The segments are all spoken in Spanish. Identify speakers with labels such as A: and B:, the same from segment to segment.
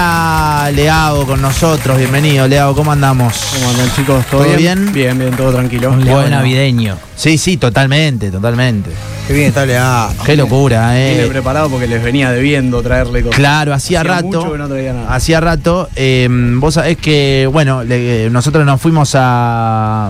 A: Está Leao con nosotros, bienvenido Leao, ¿cómo andamos?
B: ¿Cómo andan chicos? ¿Todo,
A: ¿Todo bien?
B: bien? Bien, bien, todo tranquilo.
C: Un león
A: Bueno.
C: navideño.
A: Sí, sí, totalmente, totalmente.
D: Qué bien está Leao.
A: Qué locura,
B: Vine
A: eh.
B: preparado porque les venía debiendo traerle cosas.
A: Claro, hacía
B: Mucho
A: rato.
B: que no traía nada.
A: Hacía rato, eh, vos sabés que, bueno, le- eh, nosotros nos fuimos a,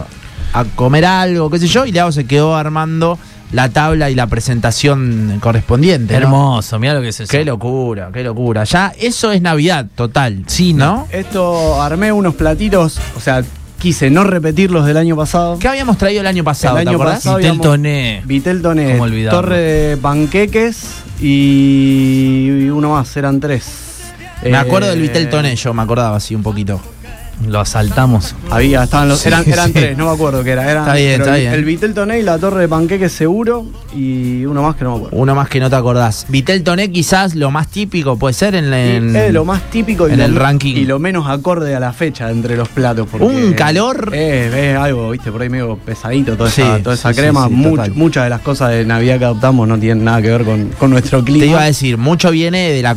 A: a comer algo, qué sé yo, y Leao se quedó armando la tabla y la presentación correspondiente. ¿no?
C: Hermoso, mira lo que es eso.
A: Qué locura, qué locura. Ya, eso es Navidad total. Sí, ¿no?
B: Esto armé unos platitos, o sea, quise no repetirlos del año pasado.
A: ¿Qué habíamos traído el año pasado?
B: El
A: ¿Te
B: año
A: acordás?
B: pasado-
C: Vitel Toné.
B: Vitel Toné,
C: Cómo olvidarlo.
B: torre de panqueques y uno más, eran tres. Eh,
A: Me acuerdo del Vitel
B: Toné.
A: Toné, yo me acordaba así un poquito.
C: Lo asaltamos.
B: Había, estaban los,
A: Sí,
B: eran, eran
A: sí.
B: tres, no me acuerdo qué era. eran-
A: Está bien,
B: pero
A: está
B: el,
A: bien.
B: El Vitel Toné y la torre de panqueques seguro y uno más que no me acuerdo.
A: Uno más que no te acordás. Vitel Toné quizás lo más típico puede ser en... en-
B: es lo más típico y,
A: en
B: lo,
A: el ranking.
B: y lo menos acorde a la fecha entre los platos. porque-
A: Un calor.
B: Eh, es algo, viste, por ahí medio pesadito toda esa,
A: Sí,
B: toda esa
A: sí, sí,
B: crema.
A: sí,
B: Much-
A: total.
B: muchas de las cosas de Navidad que adoptamos no tienen nada que ver con, con nuestro clima.
A: Te iba a decir, mucho viene de la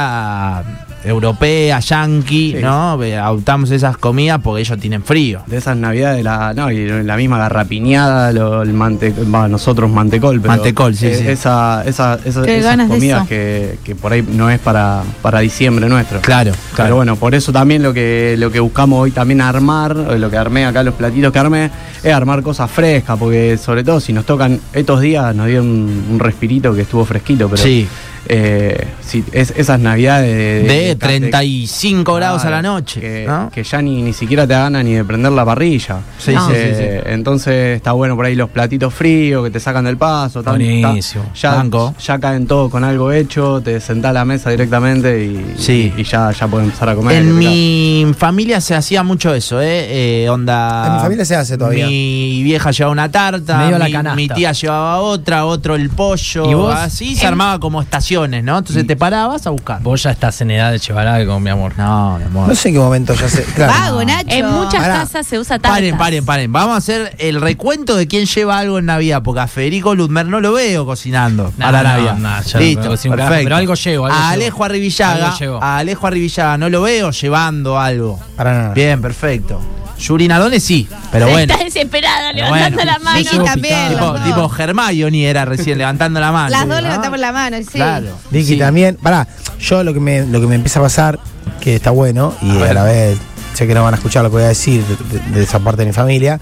A: cultura europea, yanqui,
B: Sí.
A: ¿no? Eh, Adoptamos esas comidas porque ellos tienen frío.
B: de esas navidades, de la, no, y la misma garrapiñada, lo- el mante, va, nosotros mantecol, pero
A: Mantecol, sí,
B: eh,
A: sí.
B: Esa, esa, esa-
E: Qué
B: esas
E: ganas de
B: comidas
E: eso.
B: que, que por ahí no es para, para diciembre nuestro.
A: Claro,
B: Pero bueno, por eso también lo que, lo que buscamos hoy también armar, eh, lo que armé acá, los platitos que armé, es armar cosas frescas, porque sobre todo si nos tocan estos días, nos dieron un, un respirito que estuvo fresquito, pero
A: sí,
B: eh, sí, es- esas navidades de,
A: de
B: de-
A: 35 grados a la
B: Claro,
A: noche,
B: Ah, Que,
A: ¿no?
B: que ya ni, ni siquiera te dan ganas ni de prender la parrilla.
A: Sí,
E: No. sí,
B: Eh,
A: sí,
B: Entonces está bueno por ahí los platitos fríos que te sacan del paso. tan-
C: Buenísimo.
B: tan- ya,
A: Banco.
B: ya caen todo con algo hecho, te sentás a la mesa directamente y,
A: Sí.
B: y ya, ya puedes empezar a comer.
A: en
B: mirá.
A: mi familia se hacía mucho eso, ¿eh? Eh, onda.
D: En mi familia se hace todavía.
A: Mi vieja llevaba una tarta,
C: Medio a la
A: mi,
C: canasta.
A: mi tía llevaba otra, otro el pollo.
C: ¿Y vos?
A: Así se armaba como estaciones, ¿no? Entonces te parabas a buscar.
C: Vos ya estás en edad de llevar algo, mi amor.
A: No, mi amor.
D: No sé en qué momento ya se. Claro.
E: Vago, Nacho.
F: En muchas
D: Pará.
F: casas se usa tartas.
A: Paren, paren, paren. Vamos a hacer el recuento de quién lleva algo en Navidad, porque a Federico Ludmer no lo veo cocinando
C: No,
A: a la
C: no,
A: Navidad.
C: no, ya no
A: Listo,
C: puedo decir
A: perfecto.
C: un carajo, pero algo llevo, algo
A: a
C: llevo.
A: Alejo Arribillaga,
C: Algo llevo.
A: a Alejo Arribillaga no lo veo llevando algo.
D: Para nada.
A: Bien, perfecto. Yuri Nadone sí, pero bueno.
F: Está desesperada,
A: Pero
F: levantando
A: bueno.
F: la mano.
E: Vicky también.
A: Tipo,
E: las
A: tipo
E: dos.
A: Hermione era recién levantando la mano.
E: Las dos
A: ¿no?
E: levantamos la mano, sí.
A: Claro.
D: Vicky
A: Sí.
D: también. Pará, yo lo que, me, lo que me empieza a pasar, que está bueno, y a, la vez sé que no van a escuchar lo que voy a decir de, de- de esa parte de mi familia,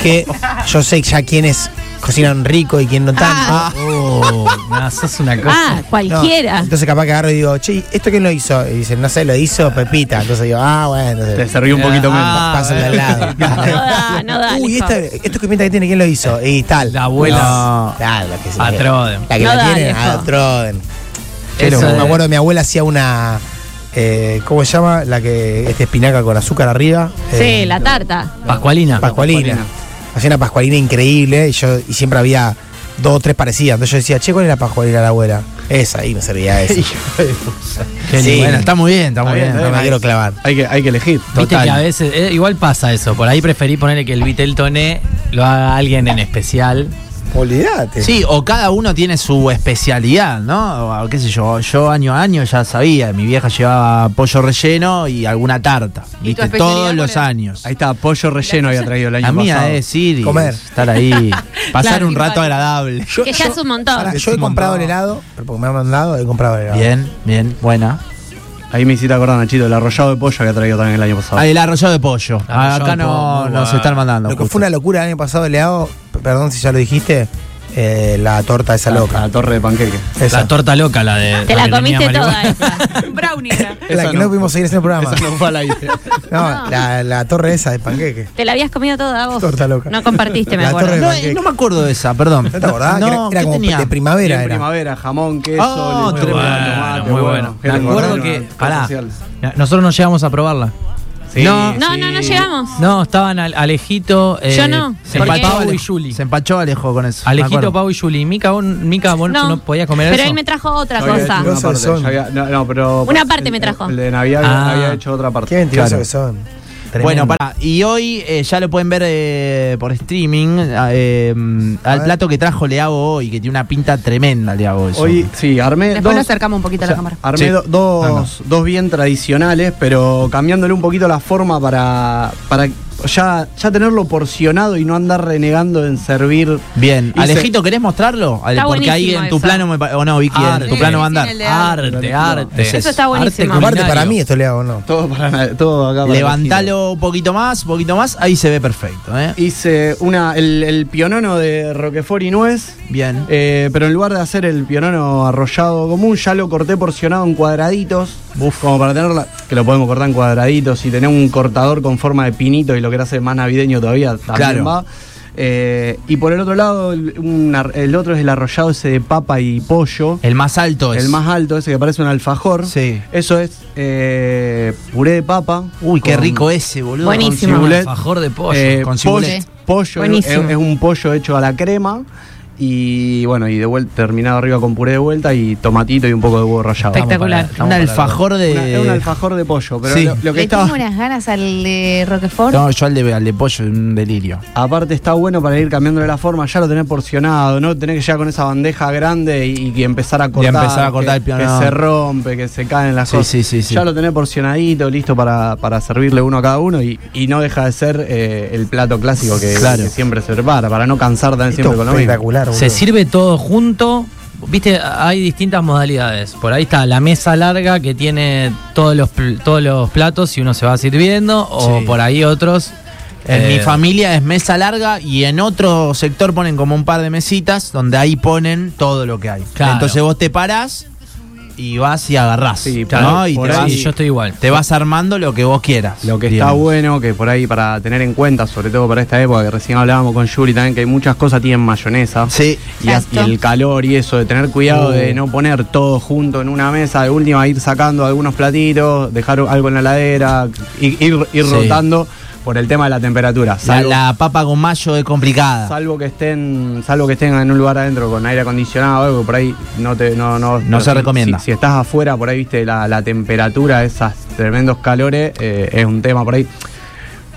D: que yo sé ya quiénes cocinan rico y quién no tanto.
E: Ah.
C: Oh, no, sos una cosa.
F: Ah, cualquiera.
D: No, Entonces capaz que agarro y digo, che, ¿esto quién lo hizo? Y dicen, no sé, lo hizo Pepita. Entonces digo, ah, bueno.
B: Te
D: Entonces,
B: serví un poquito menos.
A: Ah,
D: paso de al lado.
F: No, da, no da.
D: Uy,
F: Alejo.
D: esta, esto que pinta que tiene, ¿quién lo hizo? Y tal.
C: La abuela.
D: No, Claro, la que se-
C: A Troden.
D: La que
F: No
D: la
F: da,
D: tiene,
F: viejo.
D: a Troden.
C: Eso
D: Eso,
C: es.
D: me acuerdo, mi abuela hacía una. eh, ¿Cómo se llama? La que. Este espinaca con azúcar arriba. eh,
F: Sí, la tarta.
C: Pascualina.
D: Pascualina.
B: Pascualina.
D: Hacía una pascualina increíble y yo y siempre había dos o tres parecidas. Entonces yo decía, che, ¿cuál es la pascualina de la abuela? Esa, y me servía esa.
A: Qué
D: Sí.
A: Bueno, está muy bien, está muy
B: Está
A: bien.
B: bien,
D: no me quiero clavar.
B: Hay que, hay que elegir.
C: Viste que a veces, eh, igual pasa eso, por ahí preferí ponerle que el Vitel Toné lo haga alguien en especial.
D: Olvídate.
A: Sí, o cada uno tiene su especialidad, ¿no? O, qué sé yo, yo año a año ya sabía, mi vieja llevaba pollo relleno y alguna tarta,
E: ¿Y
A: ¿viste?
E: tu especialidad
A: Todos
E: cuál
A: los
E: era?
A: años.
B: Ahí está, pollo relleno había traído el año
A: La mía
B: pasado.
A: es ir y
D: Comer.
A: estar ahí, pasar
F: Claro,
A: un rato
F: simpático.
A: agradable.
F: Que ya es
D: Ahora,
F: un montón.
D: yo he
A: un
D: comprado el
A: montón.
D: helado, pero porque me han mandado, he comprado el helado.
A: Bien, bien, buena.
B: Ahí me hiciste acordar, Nachito, el arrollado de pollo había traído también el año pasado.
A: Ah, el arrollado de pollo.
C: Arrollado
A: Acá
C: de
A: no
C: pollo, muy
A: nos
C: bueno.
A: están
B: Ah,
A: mandando.
D: Lo que
A: justo.
D: fue una locura el año pasado, el helado, p- perdón si ya lo dijiste, eh, la torta esa
B: La,
D: loca.
B: torre de panqueques.
D: Esa.
C: La torta loca, la de.
F: Te
C: la
F: la
C: que tenía
F: comiste toda eh.
C: marihuana.
F: esa.
E: Brownie era.
D: La
B: Esa
D: que
B: no.
D: no pudimos seguir en el programa.
B: Esa no fue al aire.
D: No, la, la torre esa de panqueque.
F: Te la habías comido toda vos.
D: Torta loca.
F: No compartiste, me
D: La
F: acuerdo.
D: torre-
A: No, eh, no me acuerdo de esa, perdón.
D: ¿No te acordás?
A: No,
D: Que era- era
A: ¿qué
D: como
A: tenía?
D: de primavera.
B: Bien
D: Era.
B: primavera, jamón, queso,
A: Ah,
B: lechuga,
C: Muy bueno,
B: tomate,
C: muy bueno.
B: Qué
C: Me acuerdo
B: bueno,
C: que.
B: cosa
C: Pará.
B: social.
C: Nosotros no llegamos a probarla.
B: Sí,
A: No.
F: No, no, no
B: sí.
F: llegamos.
C: No, estaban al- Alejito. eh,
F: Yo no,
C: se
F: porque-
C: empató Pau y
A: Alejo.
C: Juli.
A: Se empachó Alejo con eso. me
C: Alejito,
A: acuerdo.
C: Pau y Juli. Mica, vos, Mica, vos no, podías comer
F: Pero
C: eso.
F: él me trajo otra
B: Yo había hecho
F: cosa.
B: una parte,
D: Son.
B: yo había- no, no, pero- pues,
F: Una parte
B: el-
F: me trajo.
B: El de Navidad
C: Ah.
B: había hecho otra parte.
D: Qué mentirosos
B: Claro.
D: que son.
A: Bueno,
D: Tremendo.
A: para, y hoy eh, ya lo pueden ver eh, por streaming eh, mm,
D: A
A: al
D: ver.
A: plato que trajo Leao hoy, que tiene una pinta tremenda Leao. eso.
B: Hoy sí, armé
E: Después lo
B: dos-
E: acercamos un poquito
B: o
E: a
B: sea,
E: la cámara.
B: Armé
A: Sí.
B: do- dos, dos bien tradicionales, pero cambiándole un poquito la forma para, para ya, ya tenerlo porcionado y no andar renegando en servir.
A: Bien,
B: Hice-
A: Alejito, ¿querés mostrarlo? Ale,
F: Está
A: Porque ahí
F: buenísimo
A: en tu
F: eso.
A: plano, me pa- o no, Vicky, en
C: Arte.
A: tu plano va a andar.
E: Sí, sí, en el de
C: Arte, arte.
F: Eso está
B: Ah,
F: buenísimo.
C: Arte
D: Aparte, para
C: culinario.
D: mí esto le hago, ¿no?
B: Todo, para, todo acá para
A: Levantalo un poquito más, poquito más, ahí se ve perfecto, ¿eh?
B: Hice una, el, el pionono de Roquefort y nuez.
A: Bien.
B: eh, pero en lugar de hacer el pionono arrollado común, ya lo corté porcionado en cuadraditos. Como para tenerla. Que lo podemos cortar en cuadraditos. Si tenés un cortador con forma de pinito y lo querés hacer más navideño todavía, también
A: Claro.
B: va. Eh, y por el otro lado, el, un ar- el otro es el arrollado ese de papa y pollo.
A: El más alto es.
B: El más alto, ese que parece un alfajor.
A: Pues. Sí.
B: Eso es eh, puré de papa.
A: Uy, qué
B: con-
A: rico ese, boludo.
F: Buenísimo.
B: con cibulet.
C: Fajor de pollo.
B: Eh,
A: con
B: pos-
A: cibulet.
B: pollo, es,
F: Buenísimo.
B: es un pollo hecho a la crema. Y bueno, y de vuelta, terminado arriba con puré de vuelta y tomatito y un poco de huevo rallado.
F: Espectacular.
A: Un alfajor de.
B: Una- es un alfajor de pollo, pero
A: eh, Sí.
B: lo, lo que
E: Le
B: está.
E: tengo unas ganas al de Roquefort.
A: No, yo al de, al de pollo, un delirio.
B: Aparte está bueno para ir cambiándole la forma, ya lo tenés porcionado, ¿no? Tenés que llegar con esa bandeja grande y, y empezar a cortar.
A: empezar a cortar
B: que,
A: el
B: que
A: piano.
B: se rompe, que se caen las
A: Sí,
B: cosas.
A: sí, sí, sí.
B: Ya lo tenés porcionadito, listo para, para servirle uno a cada uno y, y no deja de ser eh, el plato clásico que,
A: Claro.
B: que siempre se prepara, para no cansar también
D: Esto
B: siempre
D: es
B: con lo mismo.
D: espectacular, boludo.
C: Se sirve todo junto. Viste, hay distintas modalidades. Por ahí está la mesa larga que tiene todos los, pl- todos los platos y uno se va sirviendo. O
A: Sí.
C: por ahí otros.
A: En
C: eh,
A: mi familia es mesa larga y en otro sector ponen como un par de mesitas donde ahí ponen todo lo que hay.
C: Claro.
A: Entonces vos te parás y vas y agarrás.
B: Sí,
A: ¿no?
B: claro,
A: Y te
B: por
A: vas,
B: ahí-
C: Sí, yo estoy igual.
A: te vas armando lo que vos quieras.
B: Lo que está
A: digamos.
B: bueno, que por ahí para tener en cuenta, sobre todo para esta época, que recién hablábamos con Yuri también, que hay muchas cosas tienen mayonesa.
A: Sí. Uh.
B: Y, as- y
E: Exacto.
B: el calor y eso, de tener cuidado de no poner todo junto en una mesa, de última ir sacando algunos platitos, dejar algo en la heladera, y- ir, ir
A: Sí.
B: rotando por el tema de la temperatura.
A: La,
B: Salvo,
A: la papa con mayo es complicada.
B: Ah. salvo que estén, salvo que estén en un lugar adentro con aire acondicionado o algo, por ahí no te no, no,
A: No se
B: si-
A: recomienda.
B: Si, si estás afuera, por ahí viste la, la temperatura, esos tremendos calores, eh, es un tema por ahí.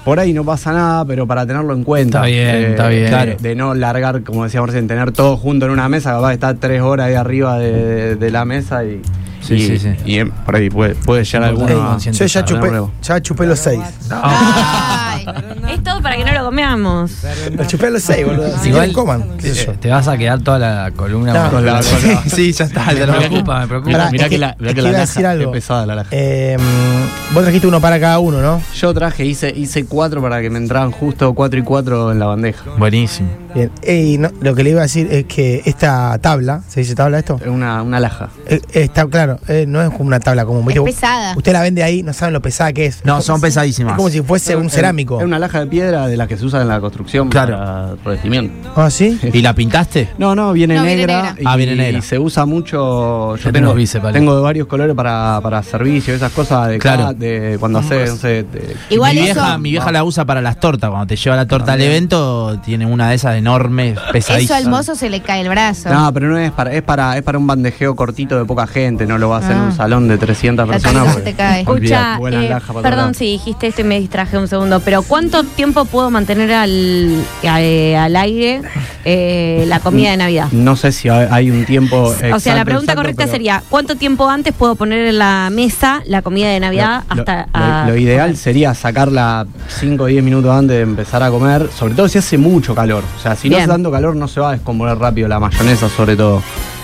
B: Por ahí no pasa nada, pero para tenerlo en cuenta.
C: Está bien, está bien.
B: claro, De no largar, como decíamos recién, tener todo junto en una mesa, capaz de estar tres horas ahí arriba de, de- de la mesa y.
A: Sí,
B: y-
A: sí, sí.
B: y, eh, por ahí puede, puede llegar
C: Importante,
B: alguno. a-
C: consciente.
D: Ah. Yo ya
B: Perdón,
D: chupé,
B: Rebo.
D: ya chupé los seis.
E: Ay,
F: Es todo para que no lo comamos.
D: Los chupé los seis, boludo. Si quieren, coman. qué sé yo.
C: Eh, te, te vas a quedar toda la columna.
D: No.
B: Con la- con la-
A: sí, ya está.
C: Me
A: ya lo-
C: preocupa, me preocupa.
D: Pará, es que- es que iba a
B: laja,
D: decir algo.
B: qué pesada la laja.
D: Eh, vos trajiste uno para cada uno, ¿no?
B: Yo traje, hice, hice cuatro para que me entraran justo cuatro y cuatro en la bandeja.
A: Buenísimo.
D: Bien. Ey, no, lo que le iba a decir es que esta tabla, ¿se dice tabla esto?
B: Es Una, una laja.
D: Eh, está claro, eh, no es como una tabla común.
E: es
D: ¿viste?
E: pesada.
D: Usted la vende ahí, no saben lo pesada que es.
A: No, son
D: Es
A: pesadísimas.
D: como si fuese un
B: Es-
D: cerámico.
B: Es una laja de piedra de las que se usan en la construcción
A: Claro.
B: para revestimiento.
D: ¿Ah, sí?
A: ¿Y la pintaste?
B: No, no, viene,
E: No, viene
B: negra,
E: negra.
B: Y,
A: Ah, viene negra.
B: y se usa mucho.
C: Ya
B: Yo
C: tenés
B: tengo,
C: los bíceps, vale.
B: tengo de varios colores para, para servicio, esas cosas de,
A: Claro.
B: cada- de cuando hace, no sé, de-
E: Igual
A: mi
E: eso-
A: vieja, mi vieja la usa para las tortas. Cuando te lleva la torta al evento, tiene una de esas enormes,
E: Eso
A: pesadísimas.
E: al mozo se le cae el brazo.
B: No, pero no es para, es para, es para un bandejeo cortito de poca gente, no lo va a hacer en
E: Ah.
B: un salón de 300
E: La
B: personas.
E: cabeza se
B: porque-
E: te cae.
F: Escucha,
B: Olvidate, buena
F: eh,
B: laja para
F: perdón
B: tratar.
F: si dijiste esto y me distraje un segundo, pero ¿cuánto tiempo puedo mantener al, a- al aire eh, la comida de Navidad?
B: No sé si hay hay un tiempo.
F: o sea, la pregunta correcta
B: sería
F: sería, ¿cuánto tiempo antes puedo poner en la mesa la comida de Navidad
B: Lo-
F: hasta...
B: lo,
F: a-
B: lo ideal sería sacarla 5 o 10 minutos antes de empezar a comer, sobre todo si hace mucho calor. O sea, si no
F: Bien.
B: hace tanto calor no se va a descomponer rápido la mayonesa, sobre todo.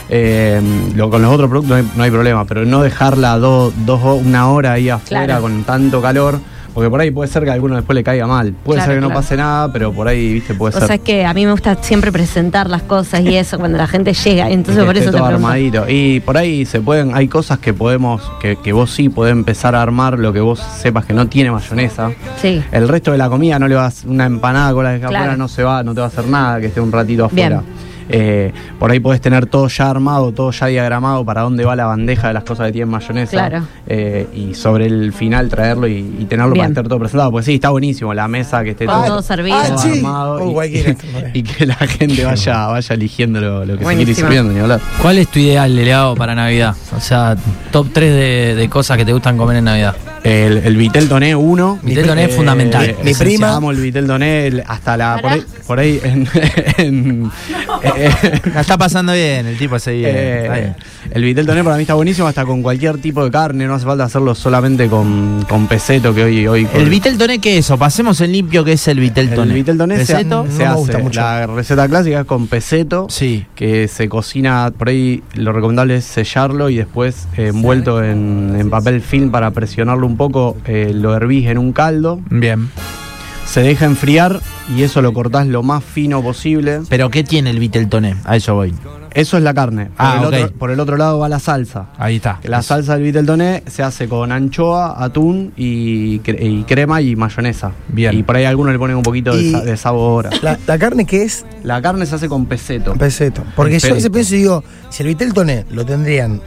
B: Eh, lo- con los otros productos no hay, no hay problema, pero no dejarla do- dos o- una hora ahí afuera
F: Claro.
B: con tanto calor, porque por ahí puede ser que a alguno después le caiga mal. Puede
F: Claro,
B: ser que no
F: claro.
B: pase nada, pero por ahí, viste, puede
F: o
B: ser.
F: sea, es que a mí me gusta siempre presentar las cosas y eso cuando la gente llega, ah, entonces
B: que
F: por
B: esté
F: eso te
B: todo
F: pregunto.
B: armadito. Y por ahí se pueden, hay cosas que podemos, que, que vos sí podés empezar a armar lo que vos sepas que no tiene mayonesa.
F: Sí.
B: El resto de la comida no le vas una empanada con la que
F: Claro.
B: afuera no se va, no te va a hacer nada que esté un ratito afuera.
F: Bien.
B: Eh, por ahí podés tener todo ya armado, todo ya diagramado para dónde va la bandeja de las cosas que tienen mayonesa.
F: Claro.
B: Eh, y sobre el final traerlo y, y tenerlo
F: Bien.
B: para estar todo presentado. Porque sí, está buenísimo la mesa que esté
F: Con
B: todo,
F: todo servido.
D: Ah, sí.
B: armado
D: Oh,
B: y-
D: cualquiera.
B: y, que la gente vaya, vaya eligiendo lo, lo que se
F: Buenísimo.
B: quiere ir sirviendo, ni hablar.
C: ¿Cuál es tu ideal, Leao, para Navidad? O sea, top 3 de, de cosas que te gustan comer en Navidad.
B: El, el Vitel Doné uno.
C: Vitel Doné es fundamental.
B: mi- Mi,
D: Esencial.
B: prima. Amo el Vitel Doné el- hasta la. Por ahí, por ahí en. en- eh,
A: La está pasando bien, el tipo hace bien.
B: eh,
A: está bien.
B: el Vitel Doné para mí está buenísimo hasta con cualquier tipo de carne. No hace falta hacerlo solamente con, con peseto que hoy. hoy
A: ¿El Vitel Toné qué es eso? Pasemos el limpio que es el Vitel
B: El
A: Toné.
B: Vitel Doné se,
A: ¿Peseto?
B: se
D: No me
B: hace.
D: gusta mucho.
B: La receta clásica es con peseto.
A: Sí.
B: que se cocina por ahí lo recomendable es sellarlo y después eh, envuelto en, en papel film para presionarlo un poco eh, lo hervís en un caldo
A: Bien.
B: se deja enfriar y eso lo cortás lo más fino posible
A: ¿Pero qué tiene el Vitel Toné? A eso voy.
B: eso es la carne por,
A: Ah,
B: el,
A: ok.
B: otro, por el otro lado va la salsa
A: Ahí está.
B: la salsa del vitel toné se hace con anchoa atún y, cre- y crema y mayonesa
A: Bien.
B: y por ahí algunos le ponen un poquito de,
D: Y-
B: sa- de sabor
D: La, la carne que es
B: la carne se hace con peseto
D: peseto. Porque yo a veces
B: Peseto.
D: pienso y digo, si el vitel toné lo tendrían,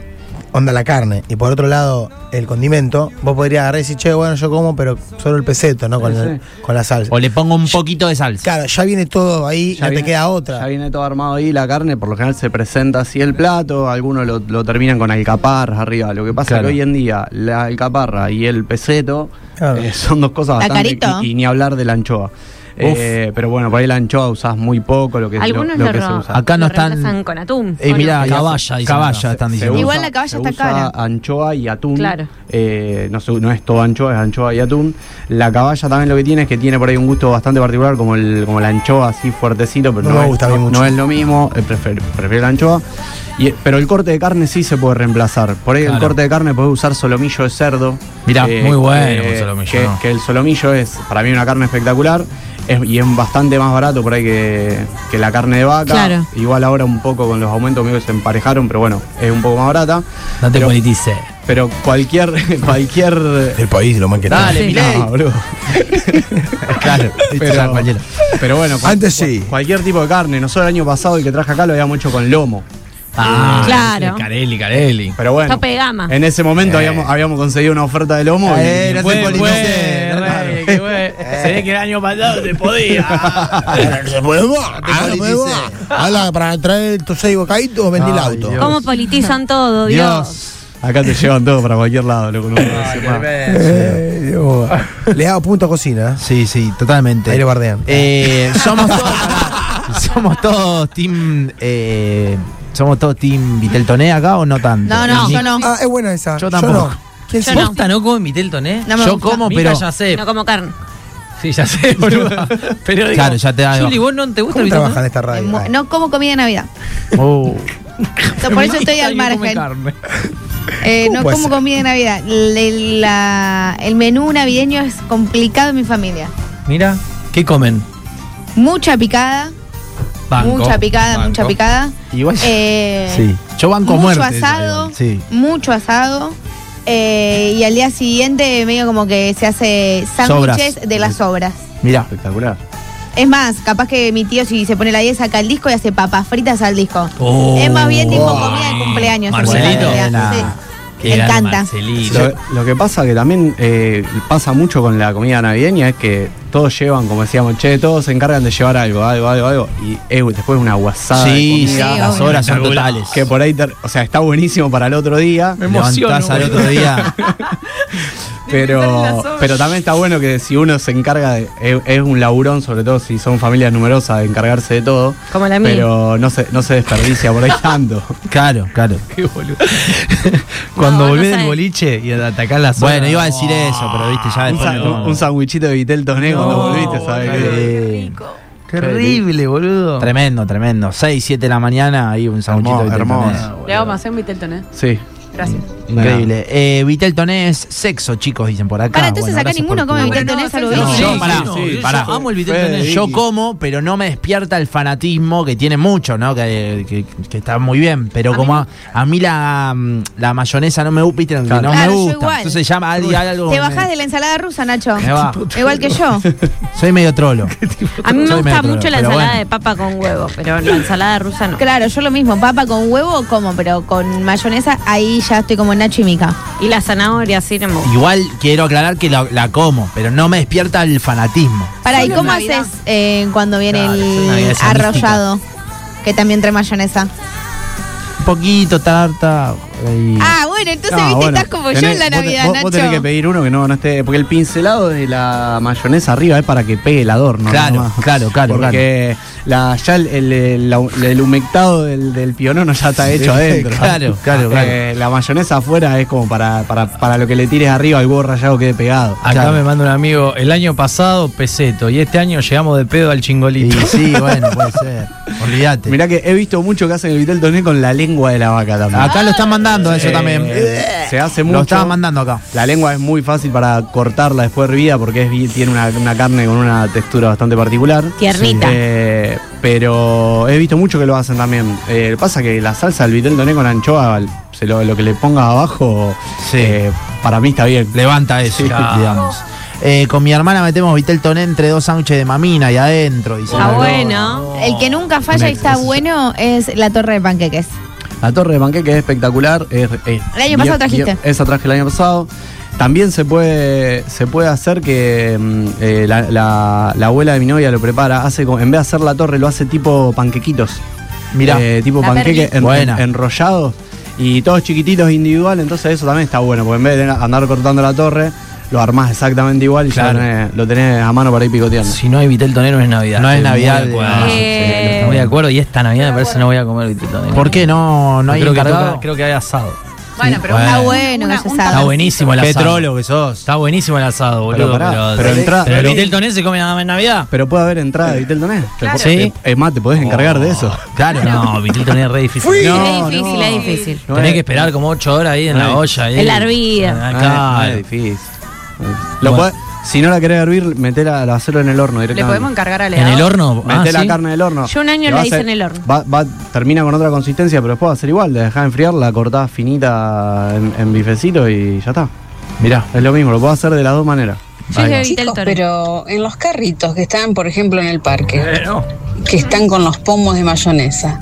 D: onda la carne, y por otro lado el condimento, vos podrías agarrar y decir, che, bueno, yo como, pero solo el peseto, ¿no? Con,
B: Sí,
D: el-
B: sí.
D: con la salsa.
A: O le pongo un poquito de salsa.
D: Claro, ya viene todo ahí,
B: Ya
D: no
B: viene-
D: te queda
B: Ya
D: otra.
B: viene todo armado ahí, la carne por lo general se presenta así el plato, algunos lo, lo terminan con alcaparras arriba. Lo que pasa
A: Claro.
B: es que hoy en día la alcaparra y el peseto
D: Claro.
B: eh, son dos cosas
E: Está
B: bastante...
E: carito.
B: Y, y ni hablar de la anchoa. Eh, pero bueno, por ahí la anchoa usás muy poco, lo que, lo-
F: Algunos
B: lo
F: lo,
B: que se
F: ro-
B: usa.
A: Acá no
F: lo
A: están-
F: reemplazan con atún.
A: Eh,
F: ¿o
A: mirá,
F: no?
C: Caballa, dicen
A: Caballa
C: acá.
A: están
B: Se
A: diciendo.
E: Igual la caballa
B: se
E: está
B: usa
E: cara.
B: Anchoa y atún.
F: Claro.
B: Eh, no, se- no es todo anchoa, es anchoa y atún. La caballa también lo que tiene es que tiene por ahí un gusto bastante particular, como el como la anchoa así fuertecito, pero
D: No
B: no,
D: me
B: es,
D: gusta a mí
B: no-
D: mucho.
B: no es lo mismo. eh, prefer- prefiero la anchoa. Y, pero el corte de carne sí se puede reemplazar. Por ahí el
C: Claro.
B: corte de carne puedes usar solomillo de cerdo. Eh,
C: Mirá, muy bueno un solomillo,
B: Que,
C: ¿no?
B: que el solomillo es para mí una carne espectacular. es- y es bastante más barato por ahí que, que la carne de vaca.
F: Claro.
B: Igual ahora un poco con los aumentos medio que se emparejaron, pero bueno, es un poco más barata.
C: No te
B: pero,
C: politices.
B: pero cualquier, cualquier.
D: El país lo más que
A: Dale,
F: Sí.
A: Milei.
B: No, boludo.
A: Claro,
B: Pero-
A: pero,
B: Pero bueno, cual-
D: Antes sí.
B: cualquier tipo de carne. Nosotros el año pasado el que traje acá lo habíamos hecho con lomo.
C: Ah,
F: Claro.
C: Carelli, Carelli.
B: Pero bueno.
F: Tope de gama.
B: En ese momento habíamos, habíamos conseguido una oferta de lomo.
A: Eh, no se
B: Bueno,
A: politice,
B: bueno,
A: no,
B: bueno.
C: que fue.
A: Eh.
C: Se ve que el año pasado te podía.
D: Se puede va, ahora se puede va. Hala, para traer tus seis bocaditos, vendí el
A: Ay,
D: auto.
A: Dios.
F: ¿Cómo politizan todo, Dios?
A: Dios.
B: Acá te llevan todo para cualquier lado, loco. no puedo decir más.
D: Eh, Dios. Le hago punto a cocina.
A: Sí, sí, totalmente.
D: Ahí lo bardean.
A: Eh, somos todos, somos todos team, eh, somos todos team Viteltoné acá o no tanto.
E: No, no,
A: Ni-
E: yo no.
D: Ah, es buena esa.
A: Yo tampoco.
D: no. ¿Quién
F: Yo
D: sí?
F: no.
C: ¿Posta no come Vitel Toné?
E: No me
A: Yo
E: gusta.
A: como,
C: Mica
A: pero
C: ya sé.
F: No como carne.
C: Sí, ya sé, boludo. Pero digo,
A: Claro, ya te da-
C: Juli, ¿vos no te gusta
D: ¿Cómo
C: el
D: trabaja en
C: Vitel
D: esta radio?
E: Mu- No como comida de Navidad.
A: Oh,
E: Por eso estoy al margen. Eh,
D: ¿Cómo
E: no
D: puede
E: como
D: ser?
E: comida de Navidad. El, la- el menú navideño es complicado en mi familia.
C: Mira, ¿qué comen?
E: Mucha picada,
C: Banco,
E: mucha picada,
C: banco.
E: mucha picada.
A: igual
E: Eh,
A: sí. Yo banco
E: mucho
A: muerte.
E: asado.
A: Sí.
E: Mucho asado. eh, y al día siguiente medio como que se hace sándwiches
A: Sobras.
E: de las obras.
A: Mirá.
B: Espectacular.
E: Es más, capaz que mi tío si se pone la 10 saca el disco y hace papas fritas al disco.
C: Oh.
E: es más bien tipo
A: Oh.
E: comida de cumpleaños. en
C: Marcelito.
E: realidad. Sí.
A: Buena.
C: Qué
E: Me
C: grande
E: encanta.
C: Marcelito.
B: Lo, lo que pasa que también eh, pasa mucho con la comida navideña es que todos llevan, como decíamos, che, todos se encargan de llevar algo, algo, algo, algo. Y eh, después una guasada. de
A: Sí,
B: comida
A: sí,
E: obvio.
A: las horas son totales.
B: Que por ahí, ter- o sea, está buenísimo para el otro día,
C: Me emociono,
A: Levantás al
C: boludo.
A: otro día.
B: pero, pero también está bueno que si uno se encarga, de, es, es un laburón, sobre todo si son familias numerosas, de encargarse de todo.
F: Como la mía.
B: Pero no se, no se desperdicia por ahí tanto.
A: Claro, claro.
C: Qué boludo. Cuando
F: No, no
C: volvés del
F: sabe.
C: boliche y atacás la zona.
A: Bueno, iba a decir eso, pero viste, ya
B: un,
A: Ah, después.
B: sa-
A: me
B: un,
A: tomo-
B: un sandwichito de Vitel Toné cuando
C: No,
B: volviste, ¿sabes? Eh,
C: boludo.
B: Que-
C: Qué horrible, boludo.
A: Tremendo, tremendo. 6, 7 de la mañana, ahí un sanguchito
B: Hermoso, Ah,
A: de Viteltoné.
B: hermoso.
G: Le hago más en Vitel
F: ¿eh?
G: Toné.
B: Sí.
G: Gracias.
A: Increíble. Eh, Viteltoné es sexo, chicos, dicen por acá.
E: Para entonces
A: Bueno,
E: acá
A: gracias
E: ninguno
A: por
E: come
A: tu-
E: vitel
G: No,
E: toné,
G: no,
E: saludos.
A: No,
C: Sí,
A: yo,
C: sí,
A: pará,
C: no,
A: sí,
C: yo
A: pará.
C: amo el Vitel
B: Fede,
C: Toné.
A: Yo
B: Y-
A: como, pero no me despierta el fanatismo que tiene mucho, ¿no? Que, que- que está muy bien. Pero como a, a mí la, mm, la mayonesa no me gusta, ¿viste?
B: Claro.
A: no
E: Claro,
A: me
E: yo
A: gusta.
E: igual.
A: Entonces llama a alguien algo.
E: Te
A: me-
E: bajás de la ensalada rusa, Nacho.
A: Me bajo.
E: Igual que yo.
A: Soy medio trolo.
F: A mí me
A: Soy medio
F: gusta
A: trolo,
F: mucho la
A: pero
F: ensalada
A: bueno.
F: de papa con huevo, pero la ensalada rusa no.
E: Claro, yo lo mismo, papa con huevo como, pero con mayonesa ahí ya estoy como Nacho y Mica.
F: Y la zanahoria, sí, no me gusta.
A: Igual quiero aclarar que la, la como, pero no me despierta el fanatismo.
E: Para, ¿y
G: Solo en
E: cómo
G: Navidad.
E: haces eh, cuando viene
A: Claro, es una
E: el
A: Navidad
E: arrollado? Que también trae mayonesa.
A: Un poquito tarta,
B: ahí.
E: Ah, bueno, entonces,
B: No,
E: viste,
B: bueno,
E: estás como yo
B: tenés-
E: en la
B: vos te-
E: Navidad,
B: vos,
E: Nacho.
B: vos tenés que pedir uno que no, no esté. Porque el pincelado de la mayonesa arriba es para que pegue el adorno.
A: Claro,
B: nomás.
A: claro, claro,
B: Porque la- ya el, el- el- la- el humectado del, del pionono ya está hecho adentro.
A: Claro, claro, claro.
B: Eh, la mayonesa afuera es como para, para, para lo que le tires arriba al huevo rallado quede pegado.
C: Acá
A: Claro.
C: me manda un amigo, el año pasado peseto y este año llegamos de pedo al
A: Y
C: chingolito.
A: sí, bueno, puede ser. Olvídate.
B: Mirá que he visto mucho que hacen el Vitel Toné con la lengua de la vaca también.
A: Acá lo están mandando eso
B: Eh,
A: también.
B: Se hace mucho.
A: Lo estaban mandando acá.
B: La lengua es muy fácil para cortarla después hervida porque es, bi- tiene una, una carne con una textura bastante particular.
F: Tiernita.
B: Eh, pero he visto mucho que lo hacen también. Eh, pasa que la salsa del vitel doné con anchoa, el- se lo, lo que le pongas abajo,
A: Sí.
B: eh, para mí está bien.
A: Levanta eso,
B: Sí,
A: claro. digamos. Eh, con mi hermana metemos Vitel Toné entre dos sándwiches de mamina y adentro. dice.
F: Ah, bueno.
E: El que nunca falla y está bueno es la torre de panqueques.
B: La torre de panqueque es espectacular. es- es bien-
E: pasado trajiste.
B: bien- esa traje el año pasado. También se puede, se puede hacer que mm, eh, la, la- la abuela de mi novia lo prepara, hace como- en vez de hacer la torre, lo hace tipo panquequitos.
A: Mirá.
B: Eh, tipo
E: La
B: panqueque
E: perlita.
B: en-
A: Buena.
B: enrollados y todos chiquititos individual, entonces eso también está bueno, porque en vez de andar cortando la torre, lo armás exactamente igual y
A: Claro.
B: ya tenés- lo tenés a mano para ir picoteando.
C: Si no hay vitel tonero es Navidad.
A: No es
C: Estoy muy
A: Navidad,
C: de acuerdo.
A: no.
F: Eh.
C: Estoy muy de acuerdo y esta Navidad me parece no voy a comer vitel tonero.
A: ¿Por qué no, no hay
C: creo, que
A: encargado?
C: toca- creo que hay asado.
F: Bueno, pero
C: Bueno.
E: Está bueno que se sabe.
C: Está buenísimo el asado.
A: Petróleo que sos.
C: Está buenísimo el asado,
B: Pero
C: boludo.
B: pará,
C: Pero,
B: pero entra-
C: pero el
B: pero-
C: vitel tonero se come nada más en Navidad.
B: Pero puede haber entrada de Vitel Doné.
C: Sí.
B: Es más, te podés encargar de eso.
A: Claro.
C: No, vitel tonero es re difícil. No,
F: es difícil, es difícil.
B: No
C: Tenés
B: es-
C: que esperar como 8 horas ahí en la
B: No es-
C: olla. Ahí.
F: En la hervida.
C: Ah,
B: no es- no
C: claro.
B: es difícil. Lo
C: Bueno.
B: podés- si no la querés hervir, metela, la hacerlo en el horno
G: Le
B: directamente.
G: podemos encargar a
C: ¿En
G: Leandro.
C: el horno? Ah,
B: Meté la
C: ¿sí?
B: carne en el horno.
F: Yo un año
B: Le
F: la
B: vas
F: hice
B: a-
F: en el horno.
B: Va, va- termina con otra consistencia, pero después va a ser igual. La dejás enfriar, la cortás finita en, en bifecito y ya está. Mirá, es lo mismo, lo puedo hacer de las dos maneras.
F: Yo
B: Ahí
F: ya
B: va.
F: evité el
H: Chicos,
F: toro.
H: pero en los carritos que están, por ejemplo, en el parque,
C: Eh, no.
H: que están con los pomos de mayonesa,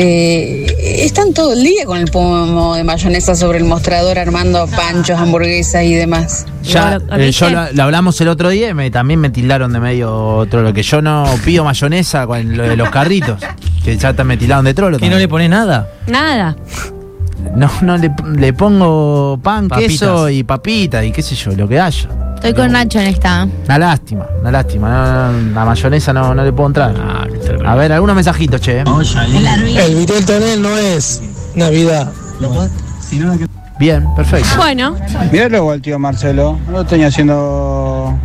H: eh, están todo el día con el pomo de mayonesa sobre el mostrador armando panchos, hamburguesas y demás.
A: Ya,
F: No, lo-
A: eh, yo
F: ¿viste?
A: lo, lo hablamos el otro día y me, también me tildaron de medio trolo. Que yo no pido mayonesa con lo de los carritos. Que ya te- me tildaron de trolo.
C: ¿Y no le
A: también.
C: pones nada?
F: Nada.
A: No, no, le, le pongo pan,
C: Papitas.
A: queso y papita y qué sé yo, lo que haya.
E: Estoy con Nacho en esta.
A: Una lástima, una lástima. No, no, no, la mayonesa no, no le puedo entrar.
C: Ah, qué terrible.
A: A ver, algunos mensajitos, che. ¿eh?
I: El Vitel Tonel no es Navidad.
A: Bien, perfecto.
F: Bueno,
J: Míralo al tío Marcelo, no tenía haciendo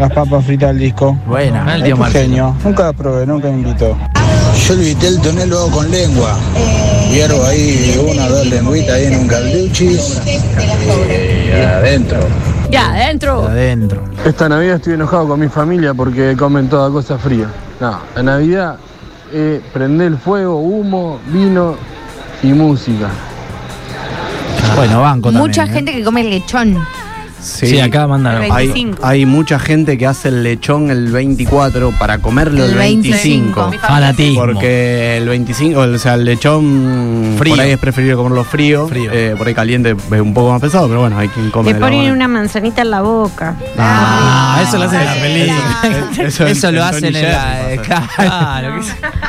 J: las papas fritas al disco.
A: Buena. Este
C: El tío
J: Es un
C: Marcelo.
J: genio, nunca probé, nunca me invitó.
I: Yo el Vitel Tonel lo hago con lengua. Hiervo ahí una, dos lengüitas ahí en un calduchis. Y adentro.
F: ya, adentro.
A: Adentro.
I: Esta Navidad estoy enojado con mi familia porque comen toda cosa fría. No, la Navidad es prender el fuego, humo, vino y música.
A: Bueno, banco también.
E: Mucha
A: ¿eh?
E: gente que come lechón.
C: Sí, acá mandaron.
B: Hay,
F: 25.
B: hay mucha gente que hace el lechón el 24 para comerlo el
E: El
B: 25.
C: Fanatismo.
B: Porque el 25, o sea, el lechón
A: Frío.
B: por ahí es preferible comerlo frío.
A: Frío.
B: eh, por ahí caliente es un poco más pesado, pero bueno, hay quien come.
F: Le
B: de la
F: ponen
B: manera.
F: una manzanita en la boca.
C: Ah, eso lo hacen en la película.
A: Eso,
B: en-
A: lo
B: en
A: hacen
B: Tony
A: en la.
B: Jerry
A: eh,
B: pasa.
A: claro.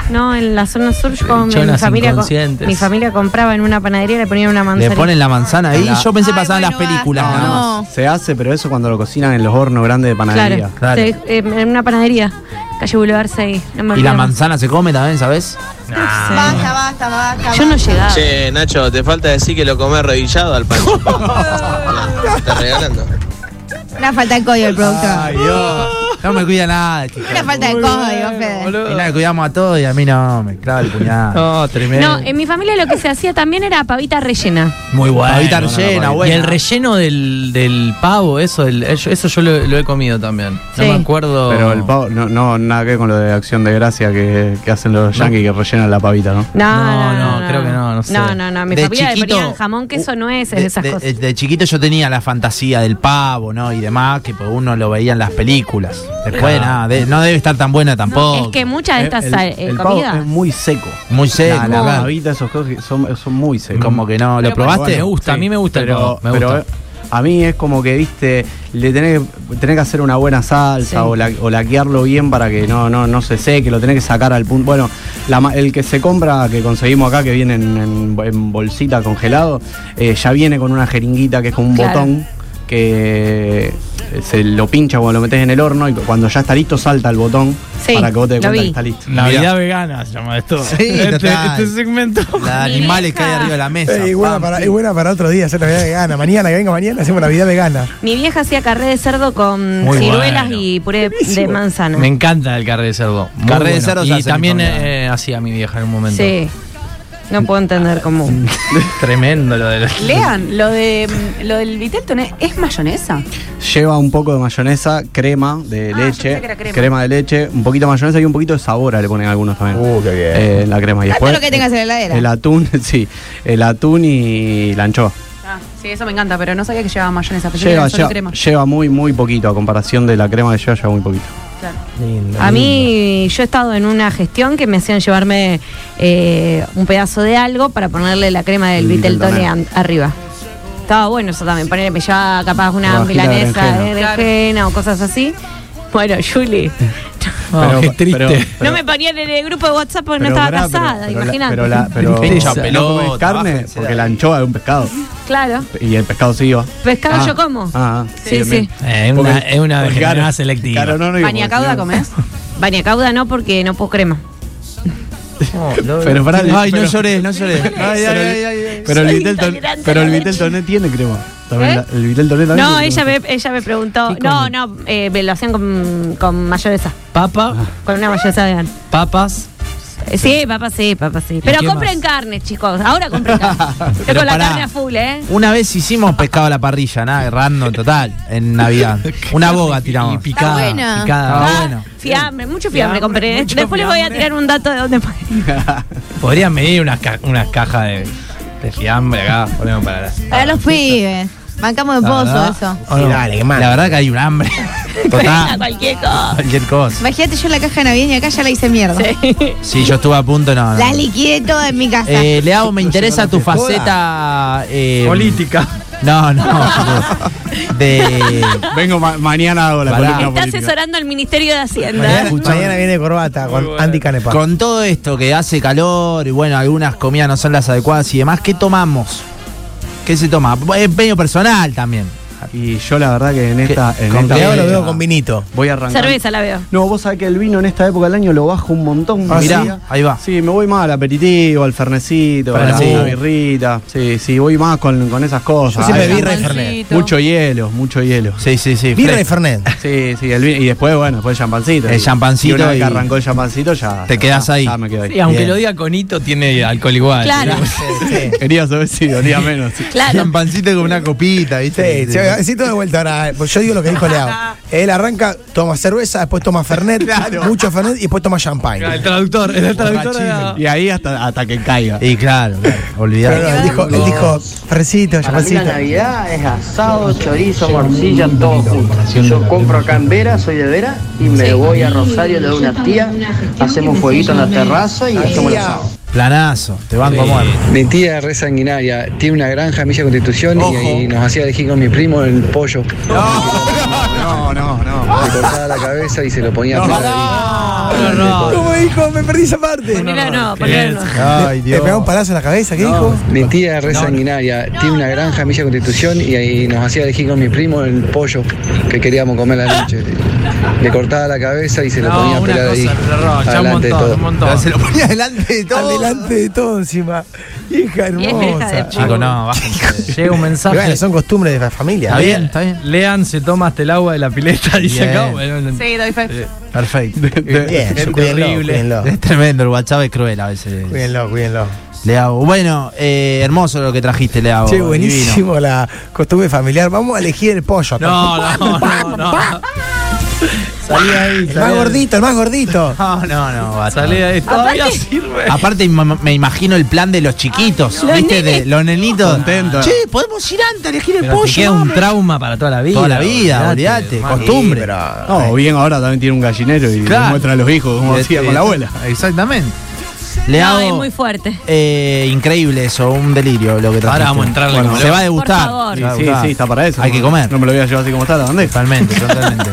F: No, en la zona sur Ah. yo con mi
C: Chonas
F: familia, co-
C: inconscientes.
F: mi familia compraba en una panadería y le ponían una manzana.
A: Le ponen la manzana ahí. Yo pensé
E: Ay,
A: pasaban
E: bueno,
A: las películas.
E: basta,
A: nada más.
E: No.
B: Se hace, pero eso cuando lo cocinan en los hornos grandes de panadería.
F: Claro,
A: Claro.
F: Se- eh, en una panadería, calle Boulevard 6. no me
A: Y la
F: acuerdo.
A: manzana se come también, ¿sabes?
E: Basta, basta, basta.
F: Yo no
E: basta.
F: llegaba.
I: Che, Nacho, te falta decir que lo comés revillado al pan. Está regalando.
E: Una falta de código el productor.
A: Dios. No me cuida nada, chicos.
E: Una falta de código, Fede.
A: Mirá que cuidamos a todos y a mí no, me clava el puñal.
C: No, tremendo.
F: No, en mi familia lo que se hacía también era pavita rellena.
C: Muy bueno.
A: Pavita
C: no, no,
A: rellena,
C: pavita.
A: buena.
C: Y el relleno del, del pavo, eso, el- eso yo lo, lo he comido también.
F: Sí.
C: No me acuerdo.
B: Pero
A: Oh.
B: el pavo, no, no, nada que ver con lo de acción de gracia que, que hacen los yankees que rellenan la pavita, ¿no?
F: No
C: No,
F: no,
C: no, creo que no, no sé.
F: No, no, no, Mi
A: De
F: familia le
A: chiquito-
F: ponían jamón, queso, nueces,
A: de,
F: esas
A: de-
F: cosas.
A: de chiquito yo tenía la fantasía del pavo, ¿no? Y demás, que pues, uno lo veía en las películas. Después,
C: Claro.
A: nada, de- no debe estar tan buena tampoco.
F: es que muchas de estas
B: el,
F: eh,
B: el pavo
F: comidas.
B: es muy seco.
A: Muy seco.
B: La, la pavita, esos cosas son, son muy secos.
A: Como que no. ¿Lo
F: Pero bueno,
A: probaste?
C: me gusta, a mí me gusta el
B: pero,
C: pavo, me
B: pero,
C: gusta.
B: eh, a mí es como que, viste, le tenés, tenés que hacer una buena salsa
F: Sí.
B: o, la, o laquearlo bien para que no, no, no se seque, lo tenés que sacar al punto. Bueno, la ma- el que se compra, que conseguimos acá, que viene en, en- en bolsita congelado, eh, ya viene con una jeringuita que es con un
F: Claro.
B: botón que eh, se lo pincha cuando lo metes en el horno y cuando ya está listo salta el botón
F: Sí,
B: para que vos te des
F: lo
B: cuenta que
F: vi.
B: está listo.
A: Navidad Mirá.
C: vegana se llama esto.
A: Sí, Este- total. este
C: segmento.
A: La
F: Mi
A: animales que hay
F: vieja.
A: arriba de la mesa.
D: Eh, y, buena
A: Pam,
D: para,
A: pim.
D: y buena para otro día hacer Navidad vegana. Mañana que venga mañana hacemos Navidad vegana.
F: Mi vieja hacía carré de cerdo con
C: Muy
F: ciruelas
C: bueno.
F: y puré de
D: Buenísimo.
F: manzana.
C: Me encanta el carré de cerdo. Muy
A: Carré de cerdo se
C: Y
A: hace
C: también
A: con la-
C: eh, hacía mi vieja en un momento.
F: Sí. No puedo entender cómo.
C: Tremendo lo de los.
G: Lean, lo, de, lo del Vitelton es, es mayonesa.
B: Lleva un poco de mayonesa, crema de
G: Ah, yo
B: leche,
G: pensé que era crema.
B: de leche, un poquito de mayonesa y un poquito de sabora le ponen algunos también.
D: Uh, qué bien.
B: eh, la crema y
E: Ah, Todo
B: después
E: lo que tengas en la heladera.
B: el atún, sí, el atún y la anchoa.
G: Ah, sí, eso me encanta, pero no sabía que llevaba mayonesa. Pensé que
B: Lleva,
G: era solo
B: lleva,
G: crema.
B: lleva muy muy poquito a comparación de la crema que lleva, lleva muy poquito.
G: Claro.
F: A mí, yo he estado en una gestión que me hacían llevarme eh, un pedazo de algo para ponerle la crema del
B: El
F: Viteltone
B: Viteltone.
F: an- arriba. Estaba bueno eso también, ponerme ya capaz una
B: Una vajilla de
F: milanesa de
B: berenjena.
F: berenjena o cosas así. Bueno, Julie,
B: Pero-
C: Ah, qué
B: pero-
C: triste.
B: pero-
F: no me ponían en el grupo de WhatsApp porque
B: pero
F: no
B: pará,
F: estaba
B: pero-
F: casada,
B: pero la-
F: imagínate.
B: Pero, la- pero
A: Pincha
B: no
A: pelota,
B: comes carne
A: bájense de
B: porque
A: ahí.
B: la anchoa es un pescado
F: Claro,
B: y el pescado sí iba.
F: pescado
B: Ah,
F: yo como.
B: Ah, ah,
F: Sí, sí.
B: bien.
C: Eh, es una-
B: Porque-
C: es una
B: porque
C: degenerada
B: claro,
C: selectiva.
B: claro, no, no, y porque
G: ¿Bañacauda
B: si no-
G: comés?
F: Bañacauda no porque no puedo crema.
B: Pero pará,
A: Ay, no
B: pero-
A: llores, no llores. Ay, ay, ay, ay, ay.
B: Pero el
F: Soy
B: Vitelton,
F: intolerante
B: pero
F: a
B: el
F: la
B: Viteltoné tiene crema. También
F: ¿Eh?
B: la- el Viteltoné también.
F: No,
B: tiene
F: ella
B: crema.
F: me, ella me preguntó. No, no, eh, me lo hacían con, con mayonesa.
C: Papa,
F: Con una mayonesa de vegana.
C: papas.
F: Eh, Sí, papá, sí, papá, sí. Pero
C: qué
F: compren carne, chicos. Ahora compren carne. Estoy
A: Pero
F: con la
A: pará.
F: carne a full, ¿eh?
A: Una vez hicimos pescado a la parrilla, nada, random total, en Navidad. Una boga tiramos.
E: Está buena.
A: Está
C: Picada.
A: Ah, bueno.
F: Fiambre, mucho fiambre,
C: Fiambre,
F: compré.
C: mucho
F: Después les voy a
C: fiambre.
F: tirar un dato de dónde.
C: Podrían medir unas, ca- unas cajas de, de fiambre acá. Ponemos para Ah, las.
E: Para los pibes. Bancamos de
A: La
E: pozo
A: verdad.
E: eso.
D: Sí, dale, que manda.
A: Ah, La verdad que hay un hambre. Total.
F: Cualquier
C: Ah,
F: cosa.
A: Cualquier cosa.
E: Imagínate yo la caja navideña acá ya la hice mierda.
A: Sí, yo estuve a punto, no. no.
E: La liquidé toda en mi casa.
A: Eh, Leao, me interesa tu faceta. eh, No, no. boludo. De.
B: Vengo ma- mañana hago la
A: Pará.
B: columna
F: Está
B: política.
F: asesorando al Ministerio de Hacienda.
D: Mañana,
A: Escuchame.
D: mañana viene corbata con Andy Canepa.
A: Con todo esto que hace calor y bueno, algunas comidas no son las adecuadas y demás, ¿qué tomamos? ¿Qué se toma? Empeño personal también.
B: Y yo la verdad que en esta, en
A: con
B: esta
A: qué
D: Leo lo
A: bien.
D: veo con vinito.
B: voy a arrancar.
F: Cerveza la veo.
B: No, vos sabés que el vino en esta época del año lo bajo un montón.
D: Ah,
A: Mirá,
B: Sí.
A: ahí va.
B: Sí, me voy más al aperitivo, al fernecito, a la
A: Fernet.
B: una birrita. Sí, sí, voy más con, con esas
D: Yo
B: cosas.
D: siempre
B: Ahí.
D: vi re
G: Jamoncito.
D: Fernet.
B: mucho hielo, mucho hielo.
A: Sí, sí, sí.
D: Vi
A: fresco.
D: re Fernet.
B: Sí, sí, el vino. Y después, bueno, después el champancito.
A: El
B: Y-
A: champancito
B: Y una vez
A: y-
B: que arrancó el champancito, ya.
A: Te
B: ya
A: quedás
B: está,
A: ahí.
B: Ya me quedo ahí.
C: Sí, aunque
A: Bien.
C: lo diga conito, tiene alcohol igual.
F: Claro,
B: Quería saber si dolía menos. sí.
F: claro.
A: Champancito con una copita,
D: Sí, sí, sí, todo de vuelta ahora. eh, pues yo digo lo que dijo Leao. Él arranca, toma cerveza, después toma Fernet, mucho Fernet y después toma champagne.
C: El traductor, el traductor era-
B: Y ahí hasta, hasta que caiga.
A: Y claro, claro
D: Pero
A: olvidar.
D: no, él dijo, él dijo Ferrecito, champancito.
J: Navidad es asado, chorizo, morcilla, todo junto. Yo compro acá en Vera, soy de Vera, y me voy a Rosario, le doy una tía, hacemos fueguito en la terraza y
D: Ah,
J: hacemos el asado.
A: Planazo, te van como
J: Mi tía es re sanguinaria, tiene una granja en Villa Constitución y, y nos hacía elegir con mi primo el pollo.
B: No, no, no.
J: Le cortaba la cabeza y se lo ponía por
C: No, no,
D: ¿Cómo dijo? Me perdí esa parte.
F: Ponelo no, ponelo no.
A: Ay,
D: Le pegó un palazo en la cabeza, ¿qué dijo?
J: Mi tía es re sanguinaria, tiene una granja en Villa Constitución y, y nos hacía elegir con mi primo el pollo que queríamos comer a la noche. Le cortaba la cabeza y se lo ponía a
C: una
J: pelar ahí.
C: cosa, error, ya un
J: adelante de
C: montón,
J: todo.
C: un montón.
A: Se lo ponía delante de todo.
D: Adelante de todo encima. Hija
F: Vieja de
D: hermosa.
F: puta.
A: Chico, no, bájense.
C: Llega un
D: Y bueno,
C: mensaje.
D: son costumbres de la familia.
A: Está bien, está bien.
C: Lean se toma hasta el agua de la pileta y se
A: Bien.
C: acabó. Bueno,
G: Sí, doy fe.
A: Perfecto.
D: Bien, yo- cuídenlo, cuídenlo.
A: Eh, Es tremendo, el WhatsApp es cruel a veces.
D: Cuídenlo, cuídenlo.
A: Leao. Bueno, eh, hermoso lo que trajiste, Leao.
D: Che,
A: divino.
D: buenísimo la costumbre familiar. Vamos a elegir el pollo.
C: No, no, no, no. Salí ahí.
D: El más
C: salí ahí.
D: gordito, el más gordito.
A: No, no, no. basta.
C: Salí ahí. Todavía
F: Aparte-
C: sirve.
A: Aparte ima- me imagino el plan de los chiquitos,
F: Los
A: ¿viste?
F: nenes.
A: De los nenitos.
B: Contento.
A: Che, Eh, podemos ir antes a elegir el
C: Pero te
A: pollo.
C: queda un
A: vamos.
C: trauma para toda la vida.
A: Toda la vida, olvídate,
C: hermano.
A: costumbre.
B: No, bien ahora también tiene un gallinero y
A: Claro.
B: muestra a los hijos como
A: Y
B: hacía
A: este-
B: con la abuela.
A: Exactamente. Le
F: no,
A: hago-
F: es muy fuerte.
A: Eh, increíble eso, un delirio lo que trajiste.
C: Ahora vamos a entrarle
A: Bueno,
C: como
A: se
C: loco.
A: va a degustar.
F: Por favor.
A: Se
B: Sí,
A: va a
B: sí,
A: degustar.
B: sí, está para eso.
A: Hay
B: no-
A: que comer.
B: No me lo voy a llevar así como está la bandeja.
A: Totalmente, totalmente.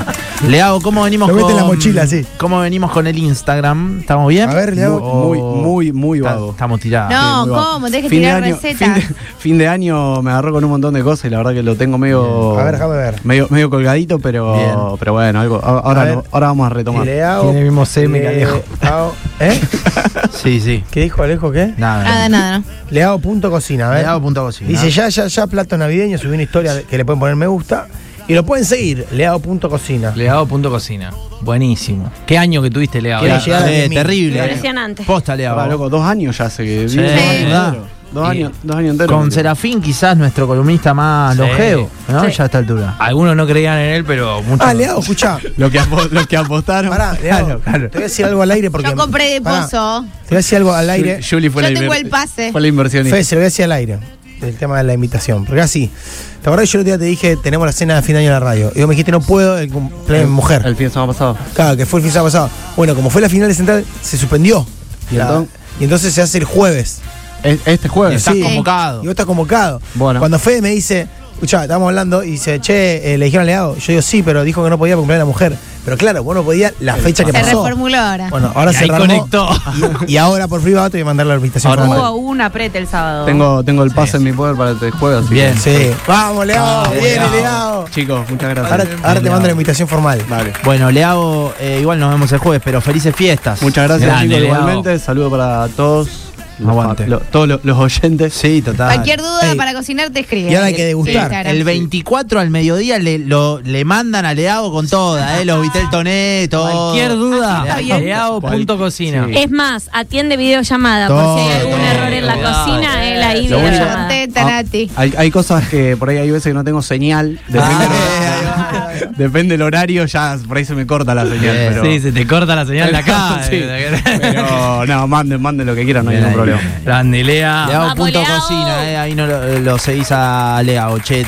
A: Le hago, ¿cómo venimos
D: Lo mete en la
A: con-
D: mochila, sí.
A: ¿Cómo venimos con el Instagram? ¿Estamos bien?
D: A ver, le hago-
A: O-
B: Muy, oh. muy, muy
A: Está-
B: vago.
A: Estamos tirados.
E: No,
B: Ah, muy bajo.
E: ¿cómo? Tenés que
B: Fin de
E: tirar
B: año-
E: recetas.
B: Fin de, fin de año me agarró con un montón de cosas y la verdad que lo tengo medio.
D: A ver, déjame ver.
B: Medio, medio colgadito,
A: Bien.
B: pero, pero bueno, algo, a- ahora,
D: A ver.
B: no- ahora vamos a retomar.
D: le hago.
C: Tiene el mismo semi que
D: le
C: Alejo.
D: hago- ¿Eh?
A: Sí, sí.
D: ¿Qué dijo Alejo qué?
A: Nada.
E: Nada, nada, ¿no?
D: Le hago punto cocina, a ver.
A: Le hago punto a cocina.
D: Dice ya, ya, ya, plato navideño, subí una historia que le pueden poner me gusta. Y lo pueden seguir, Leao punto cocina.
C: Leado punto cocina. Buenísimo. ¿Qué año que tuviste Leado?
D: Quiero
A: Eh,
D: llegar a
A: eh,
D: 10.000.
A: terrible.
F: Impresionante.
A: Posta, le hago.
B: Pará, loco, dos años ya hace que.
A: Sí,
B: dos años
A: Sí.
B: enteros.
A: ¿verdad?
B: Dos
C: Y-
B: años, dos años enteros.
A: Con Serafín, quizás nuestro columnista más
C: Sí.
A: longevo, ¿no?
F: Sí.
A: Ya a esta altura.
C: Algunos no creían en él, pero muchos.
D: Ah, Leao, escuchá.
B: Lo que, apo- lo que apostaron.
D: Pará, Leao.
A: Claro, claro.
D: Te voy a decir algo al aire porque.
E: Yo compré de
D: pará,
E: pozo.
D: Te voy a decir algo al aire.
B: Ju- Juli fue
E: Yo
B: la
E: tengo
B: inver-
E: el pase.
B: Fue la inversión.
D: Fede, se lo voy a decir al aire. El tema de la invitación. Porque así, ¿te acordás que yo el otro día te dije, tenemos la cena de fin de año en la radio? Y vos me dijiste, no puedo, el cumpleaños de mi mujer.
B: El fin de semana pasado.
D: Claro, que fue el fin de semana pasado. Bueno, como fue la final de central, se suspendió.
B: ¿Y
D: La-
B: entonces?
D: y entonces se hace el jueves.
B: Es- Este jueves.
A: Estás
D: Sí.
A: convocado.
D: Y vos estás convocado.
B: Bueno.
D: Cuando Fede me dice, escuchá, estábamos hablando, y dice, che, eh, le dijeron a Leao. Yo digo, sí, pero dijo que no podía cumplir a la mujer. Pero claro, vos no podías la fecha que
E: Se
D: pasó.
E: reformuló ahora.
D: Bueno, ahora
C: Y
D: se
C: ahí
D: rearmó.
C: conectó.
D: Y ahora por privado te voy a mandar la invitación.
B: Ahora
D: formal.
B: manda.
G: Hubo un aprete el sábado.
B: Tengo, tengo el pase en mi poder para este jueves. así
A: Bien.
D: Sí. Vamos, Leao.
A: Vamos,
D: Viene,
A: Leao.
D: Leao.
B: que- Chicos, muchas gracias.
D: Ahora, ahora te
A: Leao.
D: mando la invitación formal.
B: Dale.
A: Bueno, le hago, eh, igual nos vemos el jueves, pero felices fiestas.
B: Muchas gracias,
C: Grande,
B: chicos,
C: Leao.
B: igualmente. Saludo para todos. los
A: Aguante.
B: fa- lo- todos los, los oyentes.
A: Sí, total.
E: Cualquier duda
D: Ey.
E: para cocinar te escribe.
D: Y ahora hay que degustar.
A: El 24 al mediodía le, lo, le mandan a Leao con toda, ¿eh? Los Viteltoné, todo.
C: Cualquier duda,
A: Está
G: bien.
C: Leao punto cocina.
F: Es más, atiende videollamada por si hay
A: Todo,
F: algún
A: todo,
F: error en la
C: todo.
F: cocina, él ahí
B: Lo único-
F: videollamada.
E: Tanati.
B: Ah, Hay, hay cosas que por ahí hay veces que no tengo señal. Depende,
A: Ah, eh,
B: depende del horario, ya por ahí se me corta la señal.
A: Bien.
B: Pero,
C: Sí, se te corta la señal de acá.
B: Sí. Pero, no, manden, manden lo que quieran, no hay
A: Bien
B: ningún
A: ahí.
B: problema.
C: Grande Lea.
A: Leao
F: Vamos,
A: punto
F: Leao.
A: cocina, ¿eh? Ahí no lo, lo seguís a Leao, che.